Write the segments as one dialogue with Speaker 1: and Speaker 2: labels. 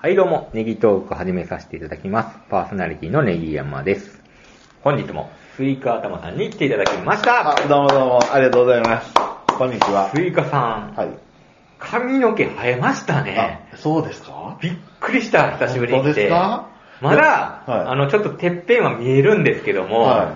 Speaker 1: はいどうも、ネギトーク始めさせていただきます。パーソナリティのネギ山です。本日もスイカ頭さんに来ていただきました。
Speaker 2: あ、どうもどうも、ありがとうございます。こんにちは。
Speaker 1: スイカさん、
Speaker 2: はい。
Speaker 1: 髪の毛生えましたね。
Speaker 2: あ、そうですか
Speaker 1: びっくりした、久しぶりに来て。
Speaker 2: 本当ですか
Speaker 1: まだ、
Speaker 2: いやはい
Speaker 1: あの、ちょっとてっぺんは見えるんですけども、
Speaker 2: は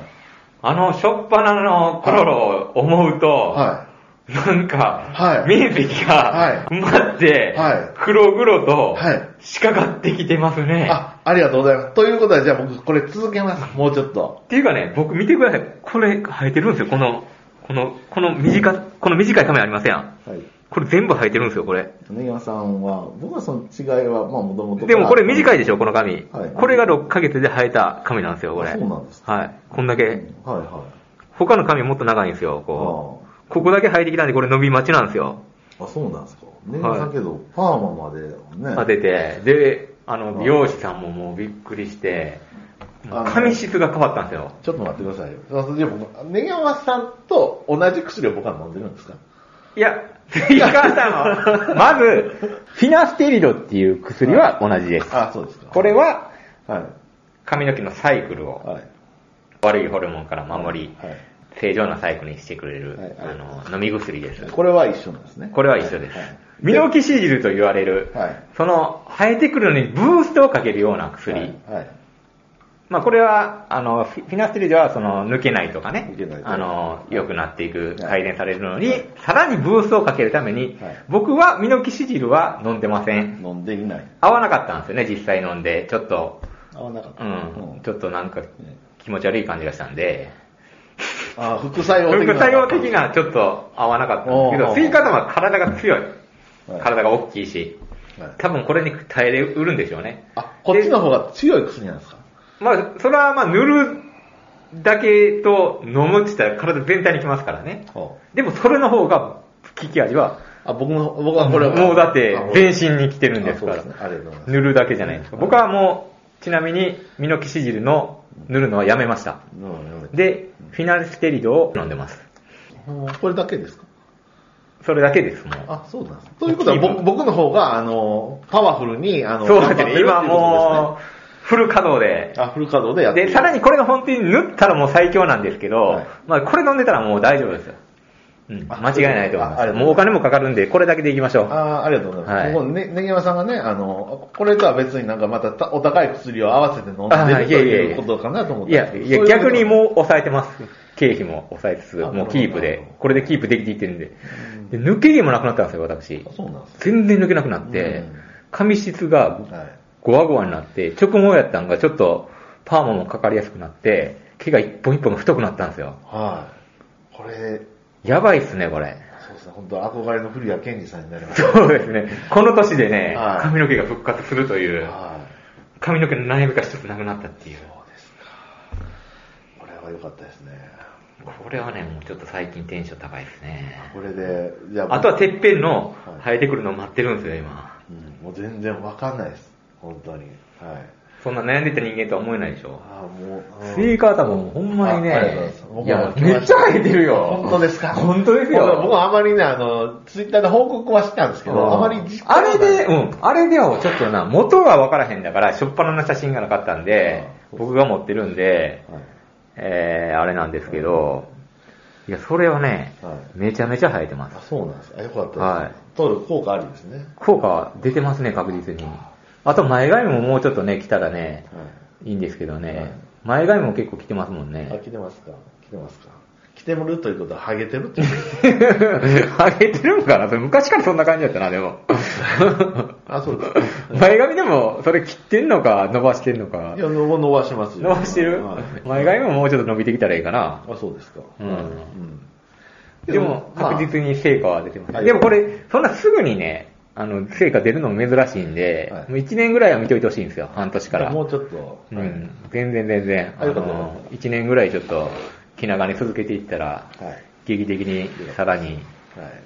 Speaker 1: あの、しょっぱなの頃を思うと、
Speaker 2: い。は
Speaker 1: なんか、
Speaker 2: はい
Speaker 1: 面積が
Speaker 2: は
Speaker 1: 埋まって、
Speaker 2: はい
Speaker 1: 黒々と、
Speaker 2: はい
Speaker 1: 仕掛かってきてます
Speaker 2: い。
Speaker 1: ね。
Speaker 2: あ、ありがとうございます。ということは、じゃあ僕、これ続けます。もうちょっと。
Speaker 1: っていうかね、僕見てください。これ生えてるんですよ。この、この、この短、この短い髪ありませんやん。
Speaker 2: はい。
Speaker 1: これ全部生えてるんですよ、これ。
Speaker 2: ネギマさんは、僕はその違いは、まあ、もともと。
Speaker 1: でもこれ短
Speaker 2: い。
Speaker 1: いでしょ、この髪。
Speaker 2: はい
Speaker 1: これが6ヶ月で生えた髪なんですよ、これ。
Speaker 2: あそうなんです
Speaker 1: はい。こんだけ。
Speaker 2: はいはい。
Speaker 1: 他の髪もっと長いんですよ、こう。ここだけ生えてきたんで、これ伸び待ちなんですよ。
Speaker 2: ああ、そうなんですか。ネギマさんけど、パーマまでね。
Speaker 1: 当てて。で、あの、
Speaker 2: はい
Speaker 1: 美容師さんももうびっくりして、もう
Speaker 2: あの
Speaker 1: 髪質が変わったんですよ。
Speaker 2: ちょっと待ってくださいよ。あそれじゃあ僕、ネギマさんと同じ薬を僕は飲んでるんですか
Speaker 1: いや、 いかさんは、まず、フィナステリドっていう薬は同じです。
Speaker 2: あ、そうですか。
Speaker 1: これは、
Speaker 2: はい。
Speaker 1: 髪の毛のサイクルを
Speaker 2: はい。
Speaker 1: 悪いホルモンから守り、
Speaker 2: はい。
Speaker 1: 正常なサイクルにしてくれる、
Speaker 2: はいはい
Speaker 1: あの、飲み薬です。
Speaker 2: これは一緒なんですね。
Speaker 1: これは一緒です
Speaker 2: はい。
Speaker 1: ミノキシジルと言われる、
Speaker 2: はい
Speaker 1: その、生えてくるのにブーストをかけるような薬。
Speaker 2: はい。はい
Speaker 1: まあ、これは、あの、フィフィナステリドは、その、抜けないとかね
Speaker 2: 抜けない、とか
Speaker 1: あの、良くなっていく、
Speaker 2: は
Speaker 1: 改
Speaker 2: い
Speaker 1: 善されるのに、さらにブーストをかけるために
Speaker 2: はい、
Speaker 1: 僕はミノキシジルは飲んでません。
Speaker 2: 飲んでいない。
Speaker 1: 合わなかったんですよね、実際飲んで。ちょっと、
Speaker 2: 合わなかった。
Speaker 1: うん、ちょっとなんか
Speaker 2: ね
Speaker 1: 気持ち悪い感じがしたんで、
Speaker 2: あ副作用的な。
Speaker 1: 副作用的なちょっと合わなかったんですけ
Speaker 2: おうおうお
Speaker 1: ど、
Speaker 2: う
Speaker 1: スイカ玉は体が強い
Speaker 2: はい。
Speaker 1: 体が大きいし
Speaker 2: はい、
Speaker 1: 多分これに耐えれうるんでしょうね。
Speaker 2: あ、こっちの方が強い薬なんですか
Speaker 1: まあ、それはまあ塗るだけと飲むって言ったら体全体にきますからね。
Speaker 2: ほう
Speaker 1: でもそれの方が効き味は、
Speaker 2: あ、僕の、僕はこれ
Speaker 1: もうだって
Speaker 2: あ
Speaker 1: 全身に来てるんですか
Speaker 2: あ
Speaker 1: ら
Speaker 2: そうですねありがとうございま、す
Speaker 1: 塗るだけじゃないですか。
Speaker 2: はい
Speaker 1: 僕はもう、ちなみにミノキシジルの塗るのはやめました。
Speaker 2: うんうん
Speaker 1: で、フィナルステリドを飲んでます。
Speaker 2: ほうこれだけですか
Speaker 1: それだけです、もう。
Speaker 2: あ、そうなんです。ということは、僕僕の方が、あの、パワフルに、あの、
Speaker 1: そうですね、今
Speaker 2: 頑張っ
Speaker 1: もう、フル稼働で
Speaker 2: てるっていうことです。ねあ、フル稼働でやって
Speaker 1: で、さらにこれが本当に塗ったらもう最強なんですけど、
Speaker 2: はい
Speaker 1: まあこれ飲んでたらもう大丈夫ですよ。うん、
Speaker 2: あ
Speaker 1: 間違いないと思い
Speaker 2: ああ
Speaker 1: ます。
Speaker 2: りがとうございます
Speaker 1: もうお金もかかるんで、これだけでいきましょう。
Speaker 2: あーありがとうございます。
Speaker 1: はい
Speaker 2: ここね、ねぎまさんがね、あの、これとは別になんかまたたお高い薬を合わせて飲ん
Speaker 1: あ
Speaker 2: で
Speaker 1: はい
Speaker 2: るということかなと思っ
Speaker 1: い
Speaker 2: て。
Speaker 1: や、いや、
Speaker 2: そううこと
Speaker 1: 逆にもう抑えてます。経費も抑えつつ、
Speaker 2: あ
Speaker 1: もうキープ
Speaker 2: なるほ
Speaker 1: で
Speaker 2: ど、
Speaker 1: これでキープできていってるんで。で抜け毛もなくなったんですよ、私
Speaker 2: あ。そうなんです。
Speaker 1: 全然抜けなくなっ
Speaker 2: う
Speaker 1: て
Speaker 2: ん、
Speaker 1: 髪質が
Speaker 2: はい。
Speaker 1: ゴワゴワになって、直毛やったんがちょっとパーマもかかりやすくなって、毛が一本一本太くなったんですよ。
Speaker 2: はい。これ、
Speaker 1: やばいっすね、これ。
Speaker 2: そうですね、本当憧れの古谷健二さんになりました。
Speaker 1: そうですね。この年でね、
Speaker 2: はい
Speaker 1: 髪の毛が復活するという、
Speaker 2: はい。
Speaker 1: 髪の毛の悩みが一つなくなったっていう。
Speaker 2: そうですか。これは良かったですね。
Speaker 1: これはね、もうちょっと最近テンション高いですね。
Speaker 2: これで、じゃ
Speaker 1: あとはてっぺんの
Speaker 2: はい
Speaker 1: 生えてくるのを待ってるんですよ、今。
Speaker 2: うん、もう全然わかんないです。本当に。はい。
Speaker 1: そんな悩んでた人間とは思えないでしょ。
Speaker 2: ああ、もう。うん
Speaker 1: スイカ頭もほんまにね
Speaker 2: あありがとうございます僕も
Speaker 1: いや
Speaker 2: 来ま
Speaker 1: め
Speaker 2: した
Speaker 1: っちゃ生えてるよ
Speaker 2: 本当ですか
Speaker 1: 本当ですよ
Speaker 2: 僕は僕はあまりね、あの、ツイッターで報告はしたんですけど、あまり実
Speaker 1: あ
Speaker 2: 感はな
Speaker 1: れ
Speaker 2: い
Speaker 1: で、うん、あれではちょっとな、元が分からへんだから、しょっぱなの写真がなかったんで、僕が持ってるんで、
Speaker 2: はい
Speaker 1: えー、あれなんですけど、いや、それはね、
Speaker 2: は
Speaker 1: めちゃめちゃ生えてます
Speaker 2: あ、。そうなんです。あ、よかったです。
Speaker 1: はい
Speaker 2: 取る効果ありですね。
Speaker 1: 効果は出てますね、確実に。あと前髪ももうちょっとね、来たらね、
Speaker 2: はい
Speaker 1: いんですけど
Speaker 2: は
Speaker 1: ね
Speaker 2: い。
Speaker 1: 前髪も結構来てますもん
Speaker 2: あ、
Speaker 1: ね。
Speaker 2: 来てますか来てますか来てもるということは、ハゲてるということです。
Speaker 1: ハゲてるのかなそれ昔からそんな感じだったな、で も。
Speaker 2: あ、そうです。
Speaker 1: 前髪でも、それ切ってんのか、伸ばしてんのか
Speaker 2: い。や、伸伸ばしますよ。
Speaker 1: 伸ばしてる
Speaker 2: はい
Speaker 1: 前髪ももうちょっと伸びてきたらいいかな。
Speaker 2: あ、そうですか。
Speaker 1: うん
Speaker 2: ん。
Speaker 1: でも、
Speaker 2: まあ
Speaker 1: 確実に成果は出てます。
Speaker 2: はい
Speaker 1: でもこれ、そんなすぐにね、あの、成果出るのも珍しいんで
Speaker 2: はい、
Speaker 1: もう1年ぐらいは見といてほしいんですよ、半年から。
Speaker 2: もうちょっと。
Speaker 1: う
Speaker 2: はい
Speaker 1: ん、全然全然。
Speaker 2: あよかったよかっ
Speaker 1: 1年ぐらいちょっと気長に続けていったら、
Speaker 2: はい。
Speaker 1: 劇的にさらに
Speaker 2: はい。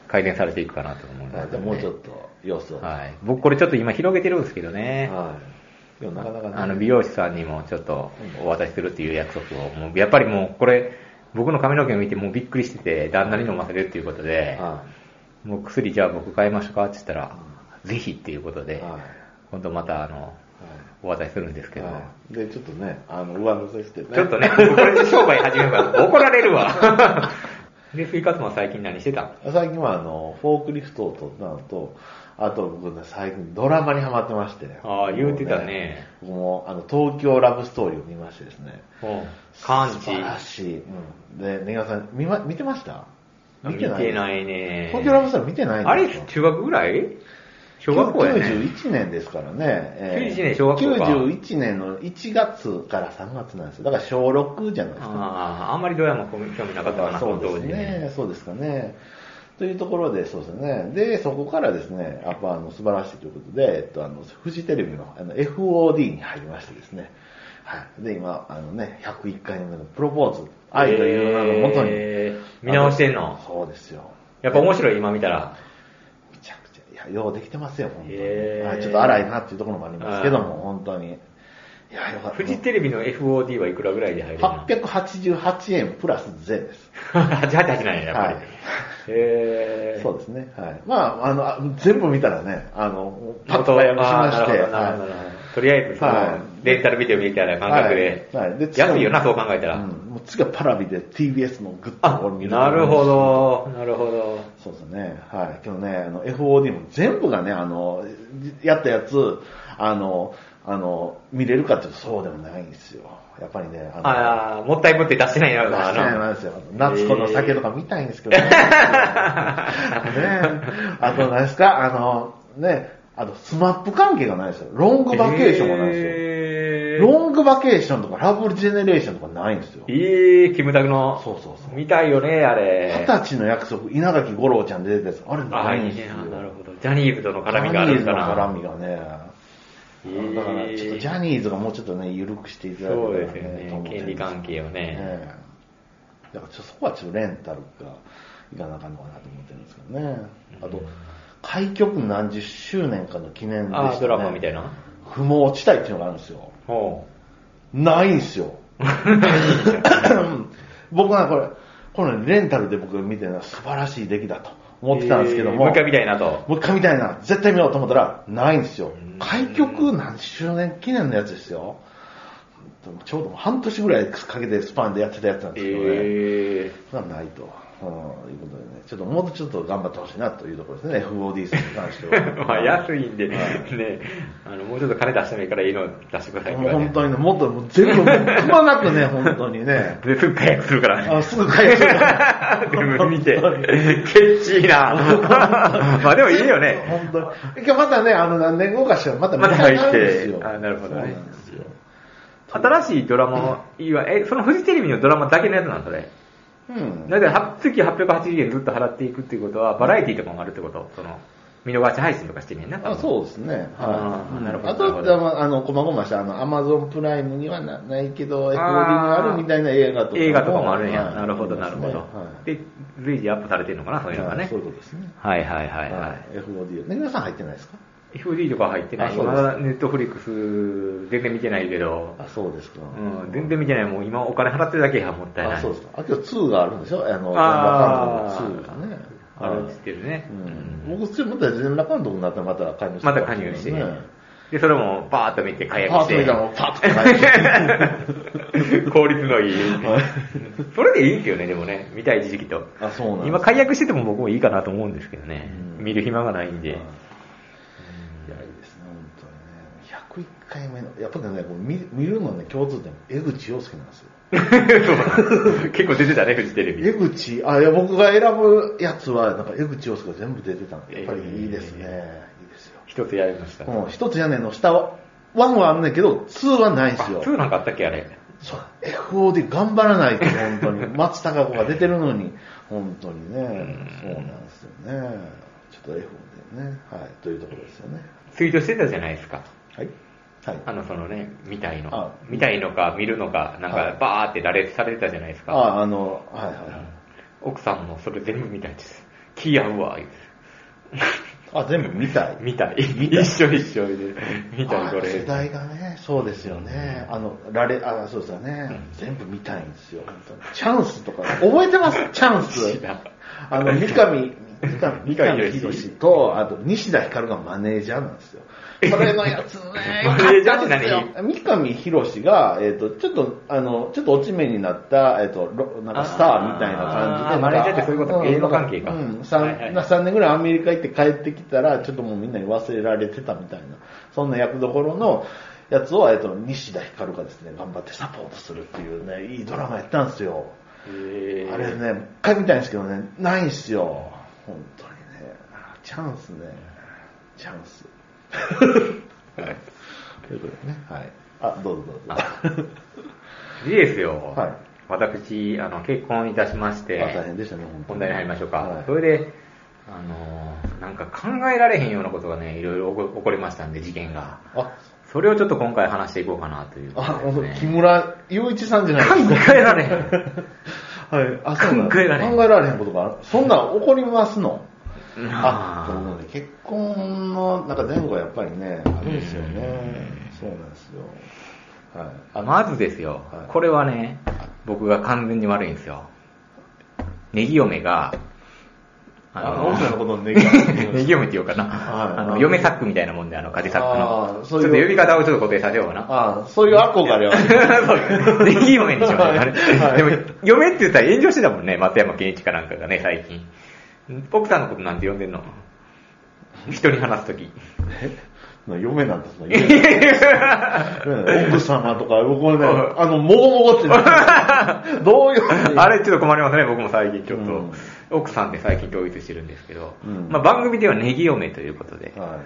Speaker 1: 改善されていくかなと思いま
Speaker 2: はい
Speaker 1: す、
Speaker 2: じゃあもうちょっと様子を。は
Speaker 1: はい。僕これちょっと今広げてるんですけど
Speaker 2: い。
Speaker 1: ね。
Speaker 2: でもなかなかね。
Speaker 1: あの美容師さんにもちょっとお渡しするっていう約束を、もうやっぱりもうこれ、僕の髪の毛を見てもうびっくりしてて、旦那に飲ませるっていうことで、
Speaker 2: は
Speaker 1: もう薬じゃあ僕買いましょうかって言ったら、ぜひっていうこと
Speaker 2: い。
Speaker 1: で、
Speaker 2: はい。
Speaker 1: 今度また、あの、お渡しするんですけど。
Speaker 2: はいで、ちょっとね、あの、上乗せしてね。
Speaker 1: ちょっとね、これで商売始めば 怒られるわ。で、スイカツマ最近何してたん
Speaker 2: 最近はあの、フォークリフトを取ったのと、あと僕ね、最近ドラマにハマってまして。
Speaker 1: ああ言うてたね
Speaker 2: 僕も、あの、東京ラブストーリーを見ましてですね。
Speaker 1: うん。カン
Speaker 2: 素
Speaker 1: チ。
Speaker 2: 晴らしい。うん、で、ネガさん、見ま、見てました
Speaker 1: 見て
Speaker 2: い。
Speaker 1: ないね。
Speaker 2: 東京ラブストーリー見てないん
Speaker 1: あれ
Speaker 2: ですよ、
Speaker 1: 中学ぐらい小学校やね。
Speaker 2: 91年ですからね。
Speaker 1: 91年小学校か
Speaker 2: 91年の1月から3月なんですよ。だから小6じゃないですか。
Speaker 1: ああ、あんまりドラマ興味なかったかな、
Speaker 2: そうで
Speaker 1: 当
Speaker 2: す
Speaker 1: 時ね。
Speaker 2: ね。そうですかね。というところで、そうですね。で、そこからですね、やっぱあの素晴らしいということで、えっと、あの、フジテレビのあの FOD に入りましてですね。はい。で、今、あのね、101回目のプロポーズ、愛という名のもとに。
Speaker 1: えー見直してんの
Speaker 2: そうですよ。
Speaker 1: やっぱ面白い、今見たら。
Speaker 2: めちゃくちゃ、いや、ようできてますよ、本当に。
Speaker 1: へー
Speaker 2: はいちょっと荒いなっていうところもありますけども、本当に。いや、よかった。
Speaker 1: フジテレビの FOD はいくらぐらいで入れるの
Speaker 2: 888円プラス税です。
Speaker 1: 88なんや、やっぱり。
Speaker 2: はい
Speaker 1: へ
Speaker 2: そう
Speaker 1: う
Speaker 2: ですね。はい。まあ、あのあ、全部見たらね、あの、パッと早
Speaker 1: 早
Speaker 2: めしまし
Speaker 1: な
Speaker 2: て。
Speaker 1: るほど、なるほどなるほど。とりあえず、そ
Speaker 2: は
Speaker 1: のレンタルビデオみたいな感覚で。
Speaker 2: はいはいで
Speaker 1: 安いよな、そう考えた
Speaker 2: はい。う
Speaker 1: ら
Speaker 2: ん。。もう次はパラビで TBS のグッ
Speaker 1: あ
Speaker 2: とこれ見、る。
Speaker 1: なるほ。ど、なるほど。
Speaker 2: そうですね。はい。今日ね、あの、FOD も全部がね、あの、やったやつ、あの、あの、見れるかっていうとそうでもないんですよ。やっぱりね、あの、
Speaker 1: ああ、もったいぶって出してないな、
Speaker 2: 出してない
Speaker 1: な。
Speaker 2: なんですよ。夏子の酒とか見たいんですけどね。ねあと何ですかあの、ね、あとスマップ関係がないですよ。ロングバケーションもないですよ。
Speaker 1: えー
Speaker 2: ロングバケーションとかラブジェネレーションとかないんですよ。
Speaker 1: いい、キムタクの。
Speaker 2: そうそうそう
Speaker 1: 見たいよね、あれ
Speaker 2: 二。十歳の約束、稲垣吾郎ちゃん出てたやつ。あれ
Speaker 1: ああ、
Speaker 2: ないい
Speaker 1: い
Speaker 2: ん
Speaker 1: ね
Speaker 2: ですよ。
Speaker 1: あなるほど。ジャニーズとの絡みがあるんかな。
Speaker 2: ジャニーズの絡みがね。
Speaker 1: えー
Speaker 2: だから、ちょっとジャニーズがもうちょっとね、緩くしていただけ
Speaker 1: そうで
Speaker 2: た
Speaker 1: すよ
Speaker 2: らと
Speaker 1: ね
Speaker 2: 思っ。てる
Speaker 1: 権
Speaker 2: ん
Speaker 1: 利
Speaker 2: ですけど
Speaker 1: 関係をね。
Speaker 2: ええだからちょそこはちょっとレンタルがいかなあかんのかなと思ってるんですけどね。あと、開局何十周年かの記念でした、ね。
Speaker 1: ああ、ドラマみたいな。
Speaker 2: 不毛地帯っていうのがあるんですよ。
Speaker 1: ほ
Speaker 2: ないんですよ。 僕はこれ、このレンタルで僕見てるのは素晴らしい出来だと
Speaker 1: う
Speaker 2: 思ってたんですけど
Speaker 1: えー
Speaker 2: も。
Speaker 1: もう一回見たいなと。
Speaker 2: もう一回見たいな。絶対見ようと思ったら、ないんですよ。開局何周年記念のやつですよ。ちょうど半年ぐらいかけてスパンでやってたやつなんですけどね。
Speaker 1: え
Speaker 2: がないと、うん、いうことでね、ちょっともうちょっと頑張ってほしいなというところですね、FOD さんに関して
Speaker 1: え
Speaker 2: は。
Speaker 1: まあ、
Speaker 2: い。
Speaker 1: 安いんで、ね、あの、もうちょっと金出してもいいからいいの出してください
Speaker 2: もう本当にね、もっともう全部、もうくまなく ね、本当にね。
Speaker 1: に。ですぐ解約するから。
Speaker 2: あすぐ返す。
Speaker 1: 全部見て、ケチい な。まあでもいいよね。
Speaker 2: 本当に。今日またね、あの何年後かしら、また
Speaker 1: また入って
Speaker 2: 見たいんですよ
Speaker 1: あなるほどね
Speaker 2: そうなんですよ。
Speaker 1: 新しいドラマもいいわ。え、そのフジテレビのドラマだけのやつなんそれ。
Speaker 2: うん。
Speaker 1: だから月880円ずっと払っていくっていうことは、バラエティとかもあるってことその、見逃し配信とかしてんねんな。多分
Speaker 2: あそうですね。
Speaker 1: あ
Speaker 2: は
Speaker 1: ー
Speaker 2: い。
Speaker 1: なるほど
Speaker 2: あ
Speaker 1: なるほ
Speaker 2: と、
Speaker 1: ど
Speaker 2: あのあの、こまごました、あの、アマゾンプライムにはなないけど、FOD に
Speaker 1: あー
Speaker 2: あるみたいな映画とかも。
Speaker 1: 映画とかもあるんや。
Speaker 2: はい
Speaker 1: なるほど、なるほど
Speaker 2: は。
Speaker 1: で、随時アップされてるのかな、そう
Speaker 2: い
Speaker 1: いうのがね
Speaker 2: そう。いうことですね。
Speaker 1: はいはいはい
Speaker 2: は。
Speaker 1: はい
Speaker 2: FOD。ね、皆さん入ってないですか
Speaker 1: FD とか入ってな
Speaker 2: あ
Speaker 1: い。
Speaker 2: そう
Speaker 1: ま
Speaker 2: です
Speaker 1: だネットフリックス全然見てないけど、
Speaker 2: あ、そうですか。
Speaker 1: うん、全然見てない。もう今お金払ってるだけや、もったいない。
Speaker 2: あ、そうですか。あ、今日2があるんでしょあの、
Speaker 1: あー
Speaker 2: 全裸監督の2がね。
Speaker 1: あれ
Speaker 2: る
Speaker 1: 知ってるね。
Speaker 2: うん。僕、それまた全裸監督になったらまた加入して
Speaker 1: また加入して、で、それもバーッと見て解
Speaker 2: パ
Speaker 1: 約
Speaker 2: ー
Speaker 1: し
Speaker 2: トリ
Speaker 1: て
Speaker 2: ー。もパーッと加 入して。
Speaker 1: 効率のいい。それでいいですよね、でもね。見たい時期と。
Speaker 2: あ、そうなんです
Speaker 1: 今解約してても僕もいいかなと思うんですけどね。
Speaker 2: うん
Speaker 1: 見る暇がないん
Speaker 2: いや、
Speaker 1: で
Speaker 2: い。いですね、本当にね。101回目の、やっぱりね、こう見見るのね、共通点、江口洋介なんですよ。
Speaker 1: 結構出てたね、フジテレビ。
Speaker 2: 江口、あ、いや、僕が選ぶやつは、なんか江口洋介が全部出てたんで、やっぱりいいですね。いいですよ。
Speaker 1: 一つやりました。
Speaker 2: うん、一つ屋根の下は、ワンはあんねんけど、ツーはないんです
Speaker 1: あ、
Speaker 2: よ
Speaker 1: ツ。ーなんかあったっけ、あれ。
Speaker 2: そう、FOD 頑張らないと、本当 に。松たか子が出てるのに、本当にね。そうなんですよね。ちょっと FOD ね。はい、というところですよね。
Speaker 1: ツイートしてたじゃないですか。
Speaker 2: はい。はい。
Speaker 1: あの、そのね、見たいの
Speaker 2: あ。
Speaker 1: 見たいのか、見るのか、なん
Speaker 2: は
Speaker 1: か
Speaker 2: い、
Speaker 1: バーって羅列されてたじゃないですか。
Speaker 2: あ、あの、はいはいはい。
Speaker 1: 奥さんもそれ全部見たいです。気合うわ、言うて
Speaker 2: あ、全部見たい。
Speaker 1: 見たい。一緒一緒で。見たい、
Speaker 2: あ
Speaker 1: これ。
Speaker 2: 世代がね、そうですよね。あの、られ、あ、そうですよね。全部 見たいんですよ、本当に。チャンスとか、覚えてますチャンス
Speaker 1: 知らん。
Speaker 2: あの、三上、三
Speaker 1: 三上。
Speaker 2: 上博史と、あと西田ひかるがマネージャーなんですよ。これのやつね
Speaker 1: マネージャーって何
Speaker 2: 買ったんですよ三上博史が、えっ、と、ちょっと、あの、ちょっと落ち目になった、えっ、と、ロなんかスターみたいな感じ
Speaker 1: あー
Speaker 2: で。
Speaker 1: マネージャーってそういうことか
Speaker 2: ん
Speaker 1: 芸能関係か
Speaker 2: うん、
Speaker 1: はいはい
Speaker 2: 3, 3年ぐらいアメリカ行って帰ってきたら、ちょっともうみんなに忘れられてたみたいな、そんな役どころの、やつを、えっと、西田ひかるがですね、頑張ってサポートするっていうね、いいドラマやったんですよ。
Speaker 1: え
Speaker 2: あれね、もう一回見たいんですけどね、ないんすよ。本当にね。あチャンスね。チャン ス。はい。ということでね。はい。あ、どうぞどうぞ。
Speaker 1: いいですよ。
Speaker 2: はい
Speaker 1: 私、あの、結婚いたしまして、
Speaker 2: あ大変でしたね、本当
Speaker 1: 本
Speaker 2: に。
Speaker 1: 題に入りましょうか。
Speaker 2: はい
Speaker 1: それで、あのー、なんか考えられへんようなことがね、いろいろ起こ起こりましたんで、事件が。
Speaker 2: あ、
Speaker 1: それをちょっと今回話していこうかなというこ
Speaker 2: あ、
Speaker 1: と
Speaker 2: 本当
Speaker 1: です
Speaker 2: 木
Speaker 1: ね。
Speaker 2: 村雄一さんじゃないですか。
Speaker 1: 考えられへん。
Speaker 2: はい。あ、そうなんだ
Speaker 1: 考えられん
Speaker 2: 考えられへんことがある。そんなん起こりますの
Speaker 1: なあ
Speaker 2: あ、そうね。結婚のなんか前後はやっぱりね、あるんですよね。そうなんですよ。はい。あ
Speaker 1: まずですよ、
Speaker 2: はい
Speaker 1: これはね、僕が完全に悪いんですよ。ネギ嫁が、
Speaker 2: あの、奥さんのことのネギが
Speaker 1: ネギ嫁っていうかな、
Speaker 2: はい
Speaker 1: あの嫁サックみたいなもんで、あの、カジサック
Speaker 2: あ
Speaker 1: の。
Speaker 2: ー
Speaker 1: ちょ
Speaker 2: そう
Speaker 1: っ
Speaker 2: いう
Speaker 1: と呼び方をちょっと固定させようかな。
Speaker 2: ああ、そういう憧れ は。
Speaker 1: そうネギ嫁にしましょうねあれ
Speaker 2: はい
Speaker 1: でも、嫁って言ったら炎上してたもんね、松山健一かなんかがね、最近。奥さんのことなんて呼んでんの人に話すとき。
Speaker 2: え嫁なんてその嫁うん奥様とか、僕はね、あの、もごもごってね、 どういう。
Speaker 1: あれちょっと困りますね、僕も最近ちょっと。
Speaker 2: うん
Speaker 1: 奥さんで最近統一してるんですけど、
Speaker 2: うん
Speaker 1: まあ番組ではネギ嫁ということで。
Speaker 2: は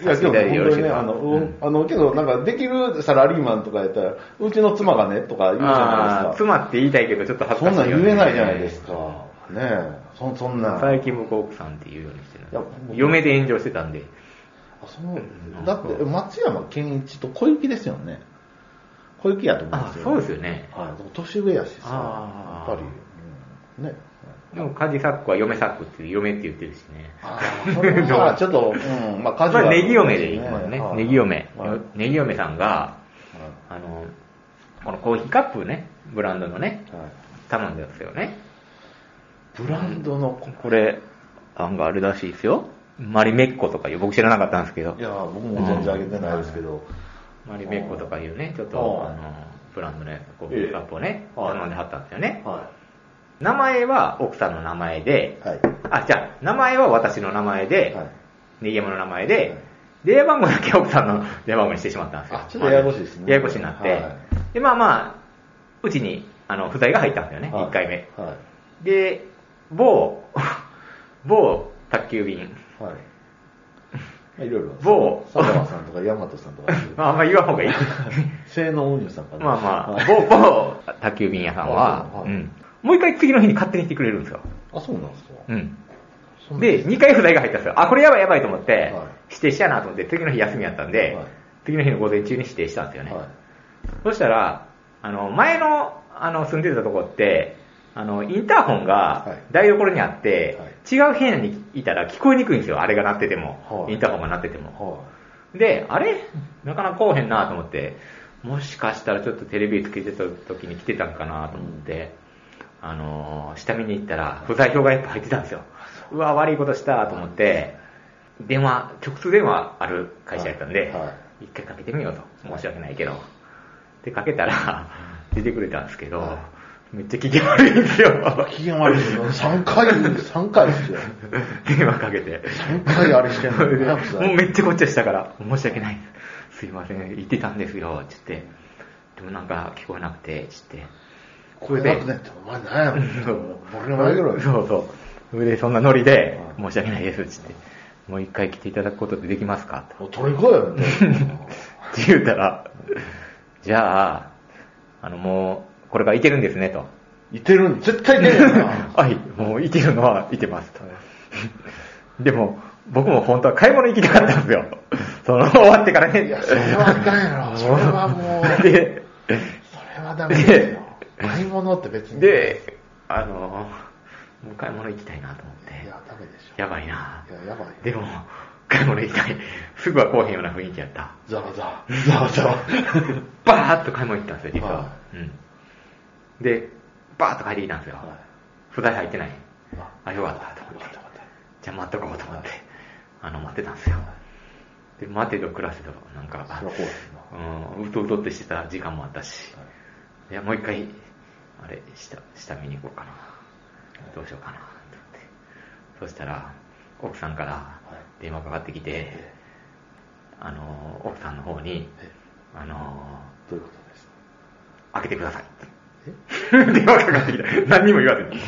Speaker 2: い。いや、でも本当にね、あの、う
Speaker 1: うん
Speaker 2: あの、けどなんか、できるサラリーマンとかやったら、うちの妻がね、とか言うじゃな
Speaker 1: あ
Speaker 2: いで
Speaker 1: ー
Speaker 2: すか。
Speaker 1: 妻って言いたいけど、ちょっと恥ず
Speaker 2: そ
Speaker 1: か
Speaker 2: ん
Speaker 1: しい
Speaker 2: な
Speaker 1: よ
Speaker 2: ん
Speaker 1: ね、
Speaker 2: 言えないじゃないですか。ねえ、そそんな。
Speaker 1: 最近僕奥さんって言うようにしてるんで
Speaker 2: いや僕も
Speaker 1: 嫁で炎上してたんで。
Speaker 2: あそのだって、松山健一と小雪ですよね。小雪やと思う
Speaker 1: あ
Speaker 2: んです、よ。
Speaker 1: そうですよね。
Speaker 2: はい、でも年上やしさ、
Speaker 1: あ
Speaker 2: や
Speaker 1: ー
Speaker 2: っぱり、うん、 ね。
Speaker 1: でもカジサックは嫁サックっていう嫁って言ってるしね。
Speaker 2: ああ、それはちょっと、うん、まあ、家事
Speaker 1: ま
Speaker 2: は
Speaker 1: あ、ネギ嫁でいいもんね
Speaker 2: は。い
Speaker 1: ネギ嫁
Speaker 2: はいはい。
Speaker 1: ネギ嫁さんが、あの、このコーヒーカップね、ブランドのね、
Speaker 2: はい
Speaker 1: 頼んでますよね。
Speaker 2: ブランドの、
Speaker 1: これ、案があるらしいですよ。マリメッコとかいう、僕知らなかったんですけど
Speaker 2: い。や、僕も全然あげてないですけど、
Speaker 1: マリメッコとかいうね、ちょっと、あ
Speaker 2: あ
Speaker 1: の、ブランドのコーヒーカップをね、
Speaker 2: ええはい
Speaker 1: 頼んではったんですよね。
Speaker 2: は
Speaker 1: 名前は奥さんの名前で
Speaker 2: い。、はい。
Speaker 1: あ、じゃあ、名前は私の名前で、
Speaker 2: はい。
Speaker 1: ネギ山の名前
Speaker 2: は
Speaker 1: で
Speaker 2: い、
Speaker 1: 電話番号だけ奥さんの 電話番号にしてしまったんですよ。
Speaker 2: あちょっとややこしいですね
Speaker 1: ややこしいなって。
Speaker 2: は
Speaker 1: で、まあまあ、うちに、あの、不在が入ったんですよね、
Speaker 2: はい
Speaker 1: 1回目。
Speaker 2: は
Speaker 1: で、某、 某宅急便。
Speaker 2: い。はい。まあいろいろ。
Speaker 1: 某
Speaker 2: 佐川さんとか、大和さんと か、
Speaker 1: まあ、あんま言わん方がいい。
Speaker 2: 性能運輸さんかな。
Speaker 1: まあま
Speaker 2: はい
Speaker 1: あ、某、某宅急便屋さん
Speaker 2: あ
Speaker 1: は、
Speaker 2: は
Speaker 1: う
Speaker 2: い
Speaker 1: ん。もう一回次の日に勝手に来てくれるんですよ。
Speaker 2: あ、そうなんですか。
Speaker 1: うん。
Speaker 2: そんな
Speaker 1: で、2回不在が入ったんですよ。あ、これやばいやばいと思って
Speaker 2: はい、
Speaker 1: 指定しやなと思って、次の日休みやったんで
Speaker 2: はい、
Speaker 1: 次の日の午前中に指定したんですよね。
Speaker 2: はい。
Speaker 1: そしたら、あの、前の、あの、住んでたとこって、あの、インターホン
Speaker 2: は
Speaker 1: が
Speaker 2: い
Speaker 1: 台所にあって、違う部屋にいたら聞こえにくいんですよ。あれが鳴ってても、
Speaker 2: はい
Speaker 1: インターホンが鳴ってても。
Speaker 2: は
Speaker 1: で、あれなかなか来おへんなと思って、もしかしたらちょっとテレビつけてた時に来てたんかなと思って、あのー下見に行ったら不在票がいっぱい入ってたんですよ。うわ、悪いことしたと思って、電話、直通電話ある会社やったんで、
Speaker 2: はいは
Speaker 1: 一回かけてみようと。申し訳ないけど。で、かけたら、出てくれたんですけど、
Speaker 2: は
Speaker 1: めっちゃ機嫌悪いんですよ
Speaker 2: い。。機嫌悪いですよ。3回、3回ですよ。
Speaker 1: 電話かけ て。
Speaker 2: 3回あれしてんのに。
Speaker 1: もうめっちゃこっちゃしたから、申し訳ない。すいません、言ってたんですよ、つって。でもなんか聞こえなくて、つって。
Speaker 2: これなくねって、お前何やろ
Speaker 1: そう。
Speaker 2: 僕の前ぐらい。
Speaker 1: そうそう。それで、そんなノリで、
Speaker 2: は
Speaker 1: 申し訳ないです、つって。もう一回来ていただくことってできますかと。
Speaker 2: もう取り 行こうよ、みたいな。
Speaker 1: って言うたら、じゃあ、あの、もう、これからいけるんですね、と。
Speaker 2: いてるん、絶 対いてるよな。
Speaker 1: はい、もういけるのはいけます、と。でも、僕も本当は買い物行きたかったんですよ。その、終わってからね。
Speaker 2: いや、それはあかんやろ。それはも う、それ
Speaker 1: で、
Speaker 2: はダメですよ。買い物って別に。
Speaker 1: で、あの、もう買い物行きたいなと思って
Speaker 2: い、や、ダメでし
Speaker 1: やばいな
Speaker 2: ょ。いや、やばい。
Speaker 1: でも、買い物行きたい。すぐは来おへんような雰囲気やった。
Speaker 2: ざわざわ。ざわざわ。
Speaker 1: バーッと買い物行ったんですよ、実は。
Speaker 2: は
Speaker 1: うん。で、バーッと帰ってきたんですよ。
Speaker 2: は
Speaker 1: 不在入ってない。
Speaker 2: あ
Speaker 1: あ、よかったと思っ
Speaker 2: よか
Speaker 1: て
Speaker 2: ったよかっ
Speaker 1: じゃあ待っとこうと思って、あの、待ってたんですよ。で、待てど暮らせど、なんか、
Speaker 2: そりゃこうですな。
Speaker 1: うん、うとうとってしてた時間もあったし、いや、もう一回、あれ、下、下見に行こうかな。どうしようかな、と思って。そしたら、奥さんから
Speaker 2: い
Speaker 1: 電話かかってきて、あの、奥さんの方に、あの、
Speaker 2: どういうことですか
Speaker 1: 開けてくださいって。 電話かかってきた。何にも言わずに。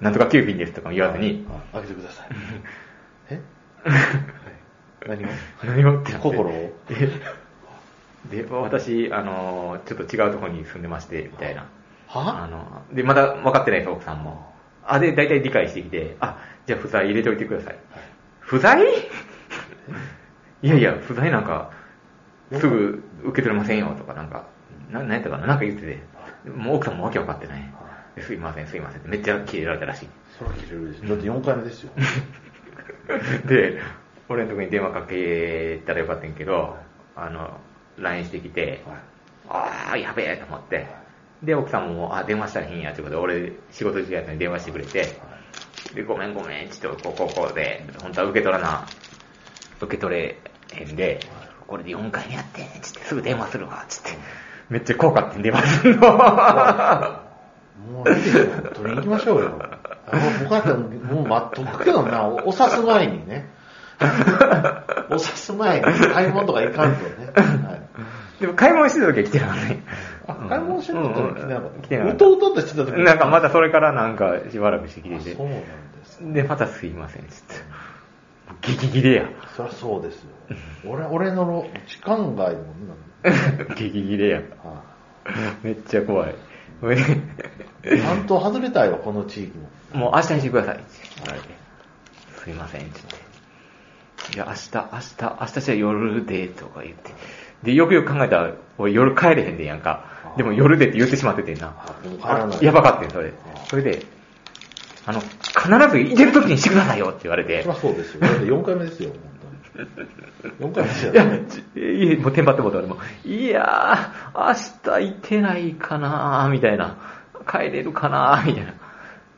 Speaker 1: なんとか9品ですとかも言わずに、
Speaker 2: あ開けてください。 え何を
Speaker 1: 何もってなって
Speaker 2: 心を
Speaker 1: で、で私、あの、ちょっと違うところに住んでまして、みたいな。あ
Speaker 2: は
Speaker 1: の、で、まだ分かってないです、奥さんも。あ、で、大体理解してきて、あ、じゃあ、不在入れておいてください。不 在いやいや、不在なんか、すぐ受け取れませんよ、とか、なんか、ななんやったかな、なんか言ってて、もう奥さんもわけ分かってない。ですいません、すいませんって、めっちゃキレられたらしい。
Speaker 2: そら切れるでしょ。だって4回目ですよ。
Speaker 1: で、俺のとこに電話かけたらよかったんやけど、あの、LINE してきて、
Speaker 2: はい
Speaker 1: ああ、やべえと思って、で、奥さんも、あ、電話したらいいんやってことで、俺、仕事中やったのに電話してくれて、で、ごめんごめん、ちょっと、こう、こう、こうで、本当は受け取らな、受け取れへんで、これで4回目やって、つって、すぐ電話するわ、つって、めっちゃ怖かったんで、電話するの。
Speaker 2: もう、取りに行きましょうよ。あ僕だったらもう待っとくけどな、おお刺す前に ね。お刺す前に買い物とか行かんとね。はい
Speaker 1: でも、買い物してた時は来てなかったね。
Speaker 2: あ、買い物してた時来てなかっ
Speaker 1: うん
Speaker 2: た。
Speaker 1: 来てなかっ
Speaker 2: う
Speaker 1: た
Speaker 2: とうとってしてた時
Speaker 1: なんかまたそれからなんかしばらくしてきて
Speaker 2: あ
Speaker 1: て
Speaker 2: そう。なんです。
Speaker 1: で、またすいません、つって。激ギレや。
Speaker 2: そりゃそうですよ。俺、俺のろ時間外もんなん で
Speaker 1: 激ギレや。
Speaker 2: は
Speaker 1: めっちゃ怖い。
Speaker 2: い担当外れたよ、この地域も。
Speaker 1: もう明日にしてください。すいません、つって。いや、明日、明日、明日じゃ夜で、とか言って。で、よくよく考えたら、俺夜帰れへんでんやんか。でも夜でって言ってしまっててんな。
Speaker 2: あもう帰らない
Speaker 1: やばかったよ、それ。それで、あの、必ず入れる時にしてくださいよって言われて
Speaker 2: そり。ゃそうですよ。だって4回目ですよ、本当に。4回目ですよ
Speaker 1: い。や、ちいえもうテンパってもうた俺も。いやー、明日行ってないかなー、みたいな。帰れるかなー、みたいな。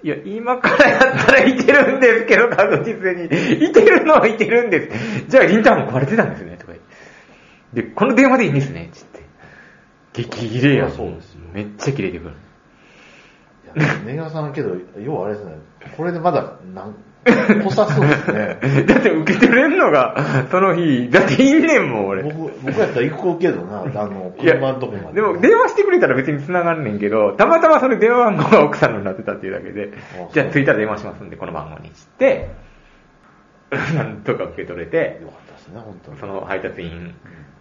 Speaker 1: いや、今からやったら行けるんですけど、確実に。行けるのは行けるんです。じゃあ、インターも壊れてたんですね、とか言って。で、この電話でいいんですね、つって。激切れやん。
Speaker 2: そりゃそうですよ
Speaker 1: めっちゃ切れてくる。
Speaker 2: いやネガさんけど、要はあれですね、これでまだ、なん、こさそうで すね。
Speaker 1: だって受けてれんのが、その日、だっていいねんもん、俺。
Speaker 2: 僕、僕やったら行こうけどな、あの、
Speaker 1: いや
Speaker 2: 車のとこま
Speaker 1: で
Speaker 2: で。
Speaker 1: も電話してくれたら別に繋がんねんけど、たまたまそれ電話番号が奥さんのになってたっていうだけで
Speaker 2: あ、
Speaker 1: じゃあ着いたら電話しますんで、この番号にして、 なんとか受け取れて、
Speaker 2: よかったですね、本当に。
Speaker 1: その配達員、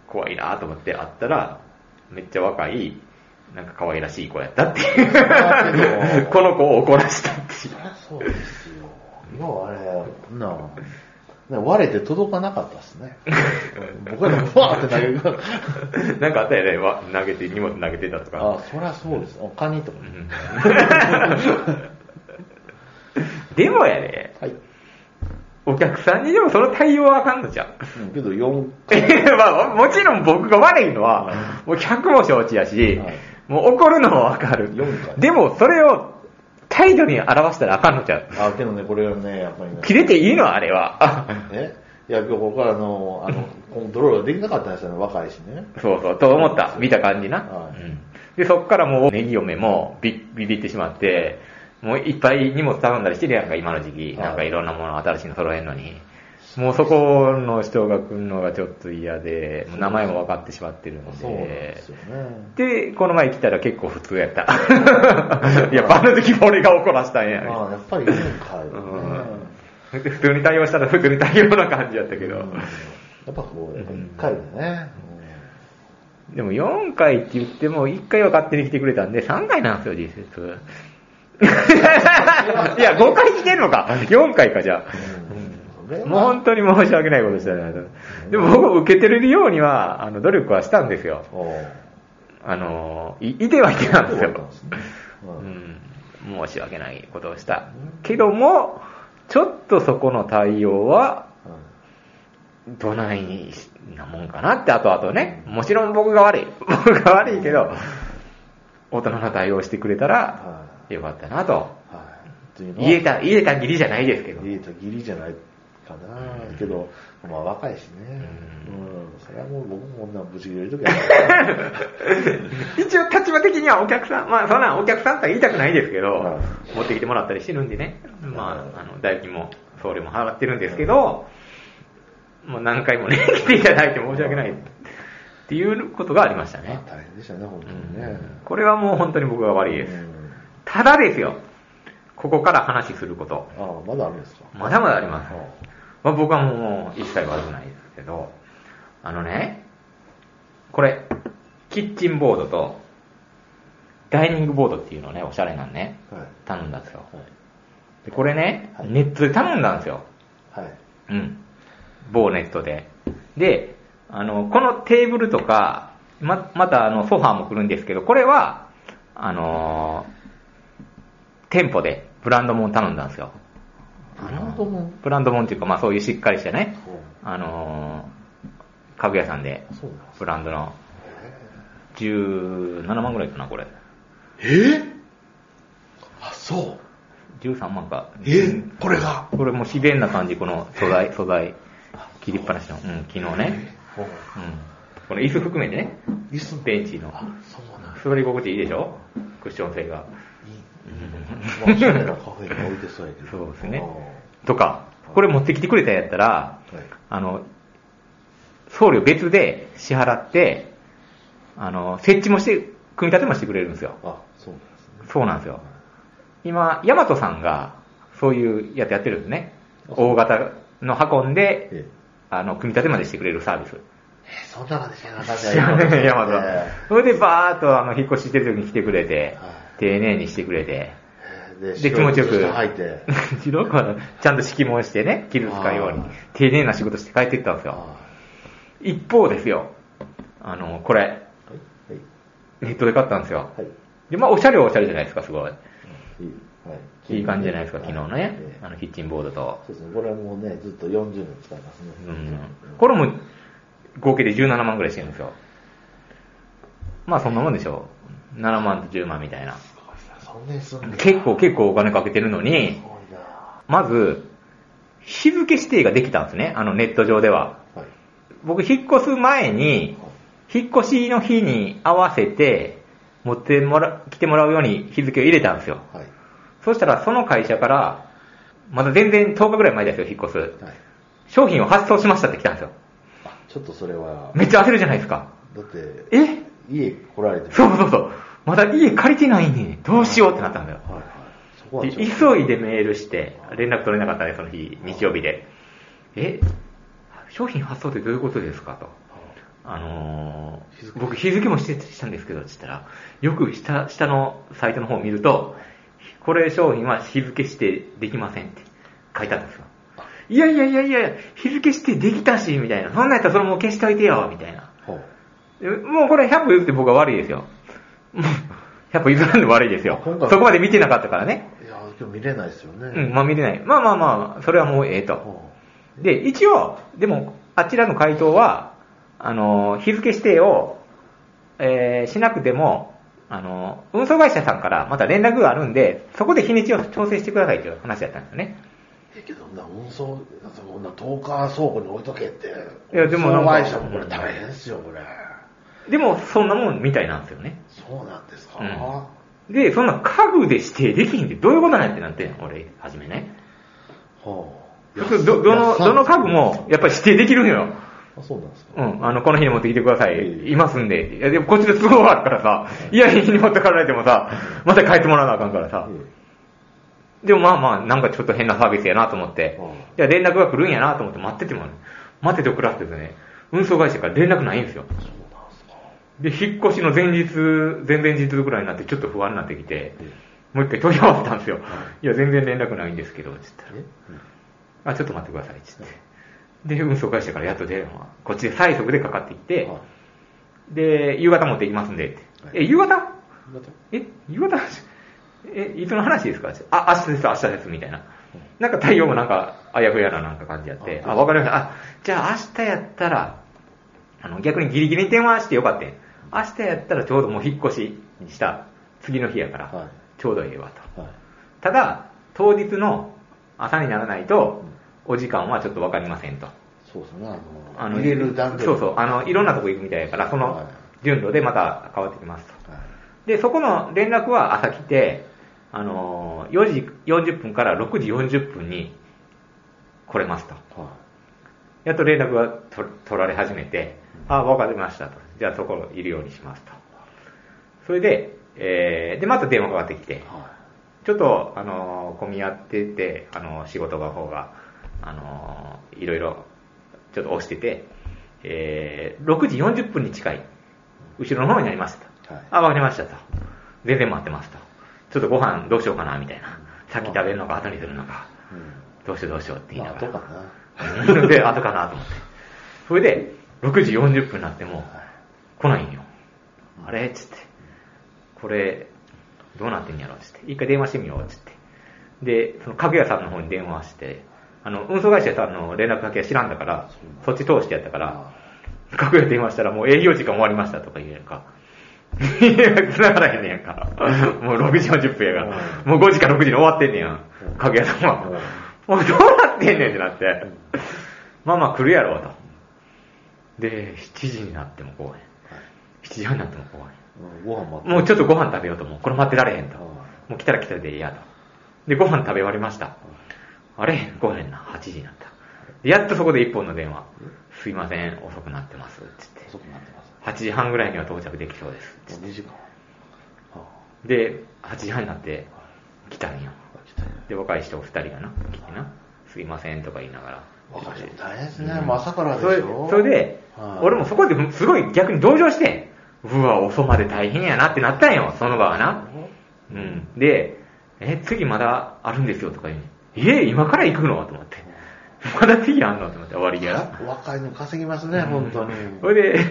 Speaker 1: 怖いなと思って会ったら、めっちゃ若い、なんか可愛らしい子やったってい
Speaker 2: だけ
Speaker 1: う、
Speaker 2: ど
Speaker 1: この子を怒らしたっていう
Speaker 2: そりゃそうですよ。要はあれ、なあね、割れて届かなかったですね。僕やったら、わーって投げる から。
Speaker 1: なんかあったよねわ、投げて、荷物投げてたとか。
Speaker 2: あ、そりゃそうです。おカニとか。
Speaker 1: うん でもやで、
Speaker 2: はい。
Speaker 1: お客さんにでもその対応はあかんのじゃん。
Speaker 2: うんけど、4、
Speaker 1: まあ、もちろん僕が悪いのは、もう100も承知やし
Speaker 2: はい、
Speaker 1: もう怒るのもわかる
Speaker 2: 四回。
Speaker 1: でも、それを態度に表したらあかんのじゃん。
Speaker 2: あ、けどね、これがね、やっぱりね。
Speaker 1: 切れていいのあれ は。
Speaker 2: ね。いや、今日ここからの、あの、コントロールができなかったんですよね、若いしね。
Speaker 1: そうそう、と思った。見た感じな
Speaker 2: は。い
Speaker 1: うんで、そっからもう、ネギ嫁もビビビってしまって、もういっぱい荷物頼んだりしてるやんか、今の時期。
Speaker 2: い
Speaker 1: なんかいろんなもの新しいの揃えんのに。もうそこの人が来るのがちょっと嫌で、もう名前も分かってしまってるので。
Speaker 2: そうなんですよね。
Speaker 1: で、この前来たら結構普通や った。いや、あの時も俺が怒らしたんや。
Speaker 2: ああ、やっぱりいいんかい、ね。
Speaker 1: うんで普通に対応したら普通に対応な感じやったけど。
Speaker 2: やっぱこう、やっぱ1回でね。
Speaker 1: でも4回って言っても1回は勝手に来てくれたんで3回なんですよ、実質。 いや、5回来てんのか。4回か、じゃ
Speaker 2: うんそれ
Speaker 1: あ。
Speaker 2: は
Speaker 1: もう本当に申し訳ないことしたなと。でも僕受けてるようには、あの、努力はしたんですよ。
Speaker 2: おー
Speaker 1: あの、いいてはいてたんです
Speaker 2: そうなん
Speaker 1: よ
Speaker 2: で。すねうん
Speaker 1: うん、申し訳ないことをした。けども、ちょっとそこの対応は、どないなもんかなって、後々ね。もちろん僕が悪い。 僕が悪いけど、大人の対応してくれたら、
Speaker 2: は
Speaker 1: よかったなと。
Speaker 2: い。はい。というのは
Speaker 1: 言えた、言えた義理じゃないですけど。
Speaker 2: 言えた義理じゃないかなけど、まあ若いしね。うん。それはもう僕も女ぶち切れるときは、
Speaker 1: 一応立場的にはお客さん、まあそんなお客さんとは言いたくないですけど、
Speaker 2: は
Speaker 1: 持ってきてもらったりしてるんでね、まあ、あの、代金も、送料も払ってるんですけど、もう何回もね、 来ていただいて申し訳ないっていうことがありましたね。
Speaker 2: 大変でしたね、本当
Speaker 1: う
Speaker 2: にね。
Speaker 1: んこれはもう本当に僕が悪いで
Speaker 2: う
Speaker 1: す。
Speaker 2: ん。
Speaker 1: ただですよ、ここから話すること、
Speaker 2: ああ、まだあるんですか。
Speaker 1: まだまだあり
Speaker 2: あ
Speaker 1: ます。まあ、僕はもう一切悪くないですけど、あのね、これ、キッチンボードと、ダイニングボードっていうのをね、おしゃれなんね、
Speaker 2: あはい。
Speaker 1: 頼んだんですよ。
Speaker 2: は
Speaker 1: で、これね、
Speaker 2: はい
Speaker 1: ネットで頼んだんですよ。
Speaker 2: い。はい。
Speaker 1: うん。某ネットで。で、あの、このテーブルとか、ま、またあの、ソファーも来るんですけど、これは、あのー店舗でブランドもん頼んだんですよ。
Speaker 2: ブランドもん
Speaker 1: ブランドもんっていうか、まあそういうしっかりしたね、
Speaker 2: ほう
Speaker 1: あのー家具屋さんで、
Speaker 2: そうなんです
Speaker 1: ブランドの、17万ぐらいかな、これ。
Speaker 2: ええあ、そう。
Speaker 1: 13万か。
Speaker 2: えこれが
Speaker 1: これもう自然な感じ、この素材、素材。切りっぱなしの、うん、昨日ね。
Speaker 2: ほう
Speaker 1: うん。この椅子含めてね、
Speaker 2: 椅子
Speaker 1: ベンチの。
Speaker 2: あ、そうなん
Speaker 1: 座り心地いいでしょクッション性が。
Speaker 2: いい。まあ、おしゃれなカフェに置いてそうやけ ど。
Speaker 1: そうですね
Speaker 2: あ
Speaker 1: とか、これ持ってきてくれたんやったら、
Speaker 2: あはい。
Speaker 1: あの、送料別で支払って、あの、設置もして、組み立てもしてくれるんですよ。
Speaker 2: あ、そうなんですね。
Speaker 1: そうなんですよ。今、ヤマトさんが、そういうやつやってるんですね。大型の運んで、
Speaker 2: え
Speaker 1: あの、組み立てまでしてくれるサービス。
Speaker 2: え、そんなこと知らなかった
Speaker 1: 知らないヤマト
Speaker 2: ええ
Speaker 1: それでバーっと、あの、引っ越ししてる時に来てくれて
Speaker 2: は、
Speaker 1: 丁寧にしてくれて、
Speaker 2: で
Speaker 1: で、気持ちよく。
Speaker 2: 入って。
Speaker 1: 白くはちゃんと敷きもしてね、傷つかんように
Speaker 2: あー、
Speaker 1: 丁寧な仕事して帰っていったんです
Speaker 2: あ
Speaker 1: よ。一方ですよ、あの、これ、
Speaker 2: はい。は
Speaker 1: ネ
Speaker 2: い。
Speaker 1: ットで買ったんですよ。
Speaker 2: はい。
Speaker 1: で、まあ、おしゃれはおしゃれじゃないですか、すごい。
Speaker 2: いい。はい
Speaker 1: い感じじゃないですか、
Speaker 2: は
Speaker 1: 昨日ね
Speaker 2: え。え
Speaker 1: あの、キッチンボードと。
Speaker 2: そうですね。これはもうね、ずっと40年使いますね。
Speaker 1: うん。これも、合計で17万ぐらいしてるんですよ。まあ、そんなもんでしょう。7万と10万みたいな。
Speaker 2: すごいなそんなにすんねや
Speaker 1: 結構結構お金かけてるの
Speaker 2: す
Speaker 1: に、
Speaker 2: ごいな
Speaker 1: まず、日付指定ができたんですね、あの、ネット上では。
Speaker 2: はい。
Speaker 1: 僕、引っ越す前に、引っ越しの日に合わせて、持ってもら、来てもらうように日付を入れたんですよ。
Speaker 2: はい。
Speaker 1: そしたら、その会社から、まだ全然10日ぐらい前ですよ、引っ越
Speaker 2: はい。
Speaker 1: す。商品を発送しましたって来たんですよ。
Speaker 2: あ、ちょっとそれは、
Speaker 1: めっちゃ焦るじゃないですか。
Speaker 2: だって、
Speaker 1: え
Speaker 2: 家来られて
Speaker 1: そうそうそう。まだ家借りてないね。どうしようってなったんだよ。
Speaker 2: はいはい。そこは
Speaker 1: で
Speaker 2: ちょっと
Speaker 1: 急いでメールして、連絡取れなかったね、その日、日曜日で。え商品発送ってどういうことですかと。あのー、
Speaker 2: 日付
Speaker 1: 僕日付も指定したんですけど、つったら、よく下、下のサイトの方を見ると、これ商品は日付指定できませんって書いてあるんですよ。いやいやいやいや、日付指定できたし、みたいな。そんなんやったらそれもう消しといてよ、みたいな。
Speaker 2: ほう
Speaker 1: えもうこれ100歩譲って僕は悪いですよ。 もう100歩譲らんでも悪いですよ。
Speaker 2: 今回
Speaker 1: そこまで見てなかったからね。
Speaker 2: いや、今日見れないですよね。
Speaker 1: うん、まあ見れない。まあまあまあ、それはもうええと。
Speaker 2: ほ
Speaker 1: で、一応、でも、あちらの回答は、あの、日付指定を、えーしなくても、あの、運送会社さんからまた連絡があるんで、そこで日にちを調整してくださいという話だったんですよね。
Speaker 2: うえけど、な運送、そんな10日倉庫に置いとけって。
Speaker 1: いやでもなん
Speaker 2: 運送
Speaker 1: か
Speaker 2: 会社もこれ大変ですよ、これ。
Speaker 1: でも、そんなもんみたいなんですよね。
Speaker 2: そうなんですか。
Speaker 1: うん
Speaker 2: あ
Speaker 1: で、そんな家具で指定できひんってどういうことなんやってなってん、俺、はじめね。
Speaker 2: ほう。
Speaker 1: 普通ど、ど
Speaker 2: や
Speaker 1: の、
Speaker 2: っさ
Speaker 1: どの家具も、やっぱり指定できるのよ。
Speaker 2: あ、そうなんですか。
Speaker 1: うん、あの、この日に持ってきてくださ
Speaker 2: え
Speaker 1: い。
Speaker 2: え
Speaker 1: いますんで。いや、でもこっちで都合があるからさ、いや、日に持ってかられてもさ、また帰ってもらわなあかんからさ
Speaker 2: え。
Speaker 1: でもまあまあ、なんかちょっと変なサービスやなと思って
Speaker 2: うん、
Speaker 1: いや、連絡が来るんやなと思って待ってても、待ってて暮らしててね、運送会社から連絡ないんですよ。
Speaker 2: えそうなんですか。
Speaker 1: で、引っ越しの前日、前々日ぐらいになってちょっと不安になってきて
Speaker 2: え、
Speaker 1: もう一回問い合わせたんですよ。いや、全然連絡ないんですけど、つったら
Speaker 2: え。
Speaker 1: あ、ちょっと待ってください、つって。で、運送会社からやっと電話。こっちで最速でかかってきて、
Speaker 2: はい
Speaker 1: で、夕方持って行きますんで、って。え、夕方
Speaker 2: だって
Speaker 1: え、夕方 え、いつの話ですかってあ、明日です、明日です、みたいな。なんか対応もなんか、あやふやななんか感じやって、
Speaker 2: あ
Speaker 1: あ、わかりました。あ、じゃあ明日やったら、あの、逆にギリギリに電話してよかったよ明日やったらちょうどもう引っ越しした次の日やから、
Speaker 2: はい
Speaker 1: ちょうどええわと。
Speaker 2: はい。
Speaker 1: ただ、当日の朝にならないと、お時間はちょっとわかりませんと。
Speaker 2: そうですね、あ
Speaker 1: あ
Speaker 2: の、
Speaker 1: の
Speaker 2: 入れる段階
Speaker 1: そうそう、あの、いろんなとこ行くみたいだから、そ
Speaker 2: はい
Speaker 1: の順路でまた変わってきますと。
Speaker 2: はい
Speaker 1: で、そこの連絡は朝来て、あのー、4時40分から6時40分に来れますと。
Speaker 2: は
Speaker 1: やっと連絡が取取られ始めて、ああ、わかりましたと。じゃあそこいるようにしますと。それで、えー、で、また電話がかかってきて
Speaker 2: い、は
Speaker 1: ちょっと、あのー、混み合ってて、あのー、仕事の方が、あのー、いろいろ、ちょっと押してて、えー、6時40分に近い、後ろの方になりましたと。
Speaker 2: はい
Speaker 1: あ、わかりましたと。全然待ってますと。ちょっとご飯どうしようかな、みたいな。さっき食べるのか、後にするのか、
Speaker 2: い。
Speaker 1: どうしようどうしようって
Speaker 2: う
Speaker 1: 言
Speaker 2: ん。
Speaker 1: い
Speaker 2: ま
Speaker 1: な
Speaker 2: あ、
Speaker 1: が
Speaker 2: ど
Speaker 1: ら
Speaker 2: う。かな。
Speaker 1: で、後かなと思って。それで、6時40分になっても、来ないんよ。あれっつって。これ、どうなってんやろっつって。一回電話してみようっつって。で、その家具屋さんの方に電話して、あの、運送会社さんの連絡先は知らんだから、そっち通してやったから、家具屋電話したらもう営業時間終わりましたとか言うやんか。 いや、繋がらへんねやん か。もう6時40分やから。もう5時か6時に終わってんねやん
Speaker 2: うん。
Speaker 1: 家具屋さんは。もうどうなってんねんってなって。まあまあ来るやろうと。で、7時になっても来おへん。7時半になっても来お
Speaker 2: うんご飯もあっ
Speaker 1: へん。もうちょっとご飯食べようと思う。これ待ってられへんと。もう来たら来たでいいやと。で、ご飯食べ終わりました。あれ来へんな。8時になった。でやっとそこで一本の電話。すいません、遅くなってます。つってて。
Speaker 2: 遅くなってます。
Speaker 1: 8時半ぐらいには到着できそうです。
Speaker 2: もう2時間。は
Speaker 1: で、8時半になって来たんよ。
Speaker 2: あ来たね
Speaker 1: で、若い人お二人がな、来てな、すいませんとか言いながら。
Speaker 2: 若い人大変ですね。もう朝からでしょ。
Speaker 1: それそれで
Speaker 2: はい、
Speaker 1: 俺もそこですごい逆に同情して、うわ、遅まで大変やなってなったんよ、その場はな。うん。で、え、次まだあるんですよとか言うね。え、今から行くのと思って。まだ次あんのと思って、終わり
Speaker 2: や
Speaker 1: や。
Speaker 2: っぱ若いの稼ぎますね、本当に。
Speaker 1: それで、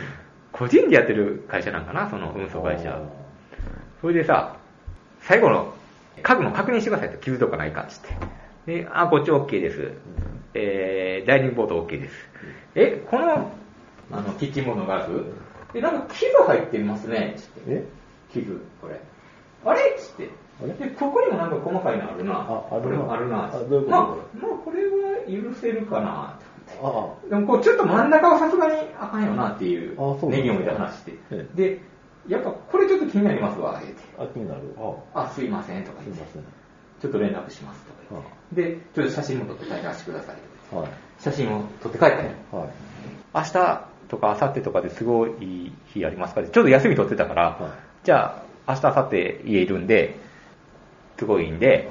Speaker 1: 個人でやってる会社なんかな、その運送会社。それでさ、最後の、家具の確認してくださいと、傷とかないかっつって。で、あ、こっち OK です。えー、ダイニングボード OK です。え、この、あの、キッチンボードのガラスえ、なんか傷入ってますね、つって。
Speaker 2: え
Speaker 1: 傷、これ。あれっつって。
Speaker 2: あ
Speaker 1: で、
Speaker 2: れ
Speaker 1: ここにもなんか細かいのあるな。
Speaker 2: ああるな
Speaker 1: これもあるな。
Speaker 2: あどういうこと
Speaker 1: まあ、まあこれは許せるかな。
Speaker 2: ああ。
Speaker 1: でもこうちょっと真ん中はさすがにあかんよなっていう
Speaker 2: あそうなんだ
Speaker 1: ネギを見た話して
Speaker 2: え。
Speaker 1: で、やっぱこれちょっと気になりますわ、言うて。
Speaker 2: あ、気になる。あ
Speaker 1: あ、すいませんとか
Speaker 2: あ、すい
Speaker 1: 言っ
Speaker 2: ま
Speaker 1: て。
Speaker 2: せん。
Speaker 1: ちょっと連絡しますとか言って。で、ちょっと写真も撮って帰らせてくださいとか言って。
Speaker 2: はい。
Speaker 1: 写真を撮って帰ったんよ。
Speaker 2: はい。
Speaker 1: 明日とか明後日とかですごいいい日ありますかってちょっと休み取ってたから、
Speaker 2: はい
Speaker 1: じゃあ明日明後日家いるんで、すごいいいんで、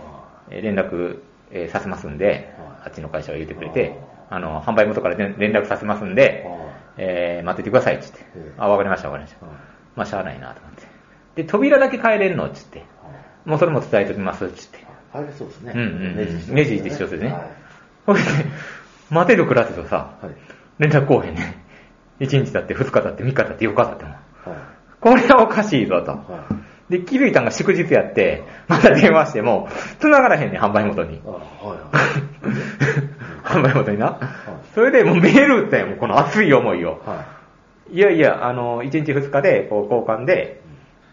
Speaker 1: えー連絡えーさせますんで、
Speaker 2: はい
Speaker 1: あっちの会社は言ってくれて、あの、販売元から連連絡させますんで、えー待っててくださいって言っ
Speaker 2: ええ
Speaker 1: て、あ、わかりましたわかりました。
Speaker 2: はい
Speaker 1: まあ、しゃあないなと思って。で、扉だけ変えれんのって言って、もうそれも伝えておきますって言って。
Speaker 2: あれそうですね。
Speaker 1: うんうん
Speaker 2: ネジ
Speaker 1: うん。ネジ一緒ですね
Speaker 2: はい。
Speaker 1: ほいで、待てど暮らせどさ、
Speaker 2: はい
Speaker 1: 連絡来おへんね。1日だって2日だって3日だって4日だってもう。
Speaker 2: はい。
Speaker 1: これはおかしいぞと。
Speaker 2: は
Speaker 1: で、気づいたんが祝日やって、また電話しても、繋がらへんねん、販売 元に
Speaker 2: い。。あはいはい。
Speaker 1: 販売元にな。それでもうメール打ったよ、もうこの熱い思いを。
Speaker 2: はい
Speaker 1: やいや、あの、1日2日で、こう、交換で、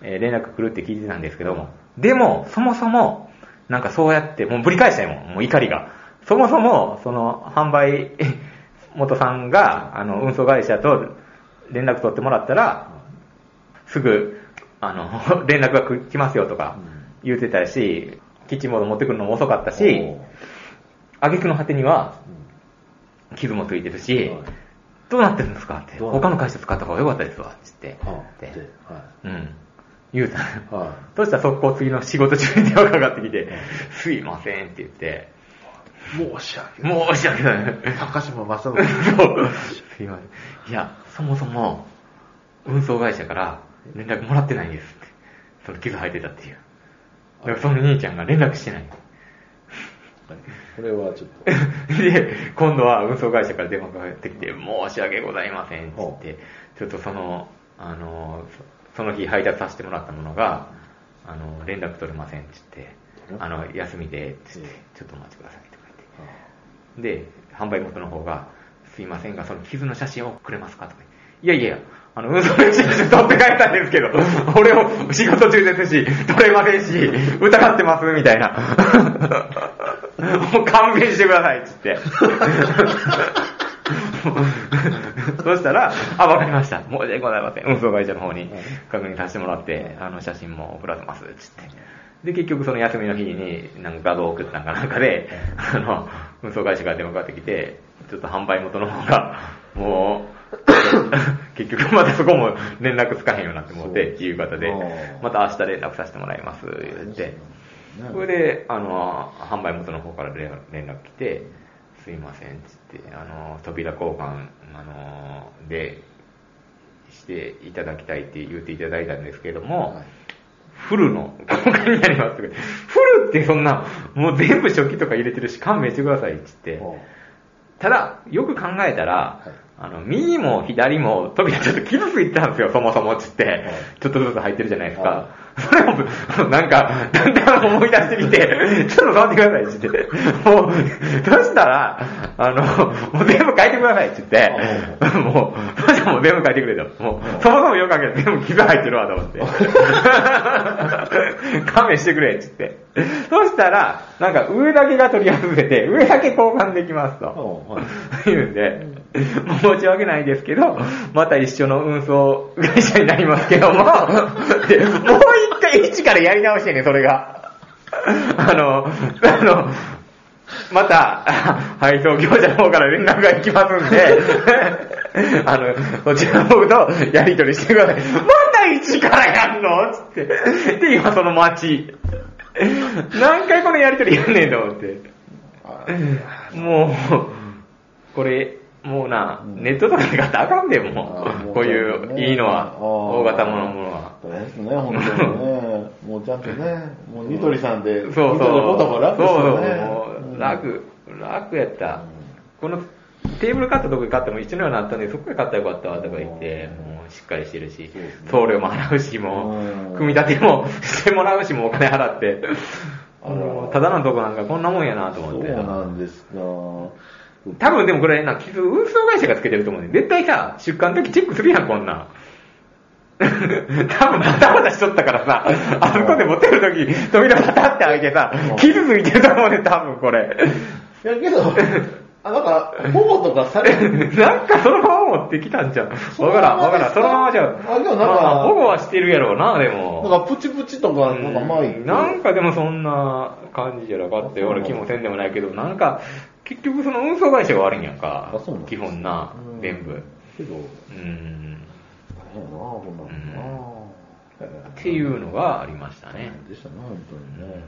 Speaker 1: えー連絡来るって聞いてたんですけども、でも、そもそも、なんかそうやって、もうぶり返したいもん、もう怒りが。そもそも、その、販売 元さんが、あの、運送会社と連絡取ってもらったら、すぐ、あの、 連絡が来ますよとか言ってたし、キッチンボード持ってくるのも遅かった
Speaker 2: い。
Speaker 1: し
Speaker 2: お、ー
Speaker 1: 挙句の果てには
Speaker 2: うん
Speaker 1: 傷もついてるし
Speaker 2: はい、
Speaker 1: どうなってるんですかって、
Speaker 2: どうなって
Speaker 1: 他の会社使った方が良かったですわ、つって
Speaker 2: あ。
Speaker 1: で
Speaker 2: では
Speaker 1: うん。言うた
Speaker 2: い。
Speaker 1: ら、
Speaker 2: は
Speaker 1: そしたら速攻次の仕事中に電話かかってきて、すいませんって言って、
Speaker 2: い。申し訳ない。
Speaker 1: もう申し訳ない。
Speaker 2: 高島正
Speaker 1: そう
Speaker 2: 信。
Speaker 1: すいません。いや、そもそも、運送会社から連絡もらってないんですって。その傷入ってたっていう。だからその兄ちゃんが連絡してない。
Speaker 2: これはちょっと。
Speaker 1: で、今度は運送会社から電話がかかってきて、申し訳ございませんって言って、ちょっとその、あの、そその日配達させてもらったものが、あの、連絡取れませんって言って
Speaker 2: 取れ、
Speaker 1: あの、休みで、って言って
Speaker 2: え、
Speaker 1: ちょっとお待ちくださいとか言って。で、販売元の方が、すいませんが、その傷の写真をくれますかとか言っていやいや、あの、運送レシート取って帰ったんですけど、俺を仕事中ですし、取れませんし、疑ってます、みたいな。もう勘弁してください、つって。 そしたら、あ、わかりました。申し訳ございません。運送会社の方に確認させてもらって、あの、写真も送らせます、つって。で、結局その休みの日に、なんか画像を送ったんかなんかで、あの、運送会社から電話かかってきて、ちょっと販売元の方が、も う、結局またそこも連絡つかへんようになってもうて、っていう方で
Speaker 2: あー、
Speaker 1: また明日連絡させてもらいます、言って。それで、あの、販売元の方から連連絡来て、すいません、つって、あの、扉交換、あの、で、していただきたいって言っていただいたんですけども、
Speaker 2: はい
Speaker 1: フルの交換になりますとか言ってフルってそんな、もう全部初期とか入れてるし、勘弁してください、つって。
Speaker 2: おう
Speaker 1: ただ、よく考えたら、あの、右も左も扉ちょっと傷ついてたんですよ、そもそもっつって、ちょっとずつ入ってるじゃないです
Speaker 2: は
Speaker 1: か。それも、 なんか、だんだん思い出してきて、ちょっと触ってくださいっつって、もう、そしたら、あの、もう全部変えてくださいっつって、もう、そしたらもう全部変えてくれと。もう、そもそもよく考えて全部傷入ってるわと思 って。勘弁してくれっつって。そしたら、なんか上だけが取り外せて、上だけ交換できますと。
Speaker 2: おうはい
Speaker 1: 言うんで、申し訳ないですけど、また一緒の運送会社になりますけども、でもう一回一からやり直してね、それが。あの、あの、また、あ配送業者の方から連絡が行きますんで、あの、こちらの方とやり取りしてください。また一からやんのつって。で、今その街。何回このやり取りやんねんと思って。
Speaker 2: あー
Speaker 1: もう、これ、もうな、
Speaker 2: うん
Speaker 1: ネットとかで買ったらあかんで、も
Speaker 2: あーも
Speaker 1: う。
Speaker 2: う
Speaker 1: こう
Speaker 2: ちゃん
Speaker 1: い
Speaker 2: と
Speaker 1: う、
Speaker 2: ね
Speaker 1: いいのは
Speaker 2: あ、ー
Speaker 1: 大型ものものは。
Speaker 2: そうですね、本当に ね。もうちゃんとね、もうニトリさんで、
Speaker 1: そう
Speaker 2: ニ
Speaker 1: そう。
Speaker 2: トリのことも楽ですよね。
Speaker 1: そうそうもう楽、楽やった
Speaker 2: うん。
Speaker 1: この、テーブル買ったとこで買っても一緒のようになったんで、そこで買ったらよかったわとか言って、
Speaker 2: うん
Speaker 1: もうしっかりしてるし
Speaker 2: そうです、ね
Speaker 1: 送料も払うし、も
Speaker 2: う
Speaker 1: う、
Speaker 2: ん
Speaker 1: 組み立てもしてもらうし、もうお金払って。
Speaker 2: あら
Speaker 1: もうただのとこなんかこんなもんやなと
Speaker 2: そ
Speaker 1: 思っ
Speaker 2: う
Speaker 1: て。
Speaker 2: なんですか。
Speaker 1: 多分でもこれな、きっと運送会社がつけてると思うね。絶対さ、出荷の時チェックするやん、こんなん。多分バタバタしとったからさ、あそこで持ってる時、扉バタって開いてさ
Speaker 2: う、ん
Speaker 1: 傷ついてると思うね、多分これ。
Speaker 2: いやけど、あなんか、保護とかされる。
Speaker 1: なんかそのまま持ってきたんじゃん。わ
Speaker 2: その
Speaker 1: か
Speaker 2: まま
Speaker 1: らん、わから
Speaker 2: で
Speaker 1: ん。
Speaker 2: すか
Speaker 1: そのままじゃん。
Speaker 2: あでもなんか
Speaker 1: まあ保護はしてるやろうな、で
Speaker 2: な
Speaker 1: も。
Speaker 2: んかプチプチとか、なんかまあいい。
Speaker 1: なんかでもそんな感じじゃなかったような気もせんでもないけど、なんか、結局その運送会社が悪いんやんか
Speaker 2: あそうなん。です
Speaker 1: 基本な
Speaker 2: う、ん
Speaker 1: 全部。
Speaker 2: けど、
Speaker 1: うん。
Speaker 2: 大変やな、こんなのな。
Speaker 1: っていうのがありましたね。
Speaker 2: でしたね、本当にね。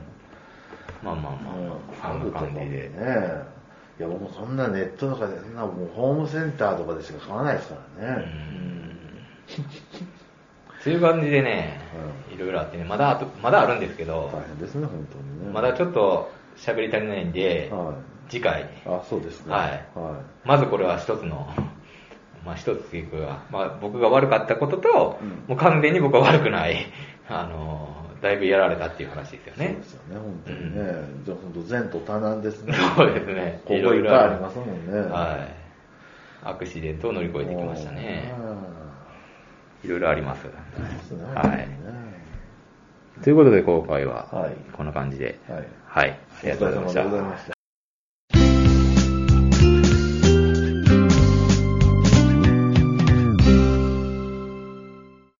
Speaker 1: まあまあまあまあ、あの感じで。
Speaker 2: ね。いや、僕もそんなネットとかで、そんなもうホームセンターとかでしか買わないですから
Speaker 1: う
Speaker 2: ね。
Speaker 1: ん。そういう感じでね、いろいろあってね、まだあと、まだあるんですけど、
Speaker 2: 大変ですね、本当にね。
Speaker 1: まだちょっと喋り足りないんで、
Speaker 2: は
Speaker 1: 次回、
Speaker 2: い。あ、そうですね。
Speaker 1: はい
Speaker 2: は
Speaker 1: まずこれは一つの、まあ一つっていうか、まあ僕が悪かったことと、
Speaker 2: うん
Speaker 1: もう完全に僕は悪くない、あの、だいぶやられたっていう話ですよ
Speaker 2: い。そう
Speaker 1: ね
Speaker 2: で。すよね、本当にね。じゃあ本当、前途多難ですね。
Speaker 1: そうですね。
Speaker 2: ここい
Speaker 1: ろ
Speaker 2: っぱい
Speaker 1: ろ
Speaker 2: ありますもんね。
Speaker 1: はい。アクシデントを乗り越えてきましたね。いろいろあります。
Speaker 2: うんそうですね。
Speaker 1: はい。ということで今回は、
Speaker 2: はい
Speaker 1: こんな感じで、
Speaker 2: はい。
Speaker 1: はい。あ
Speaker 2: あ
Speaker 1: りがとうございました。
Speaker 2: お疲れ様でございました。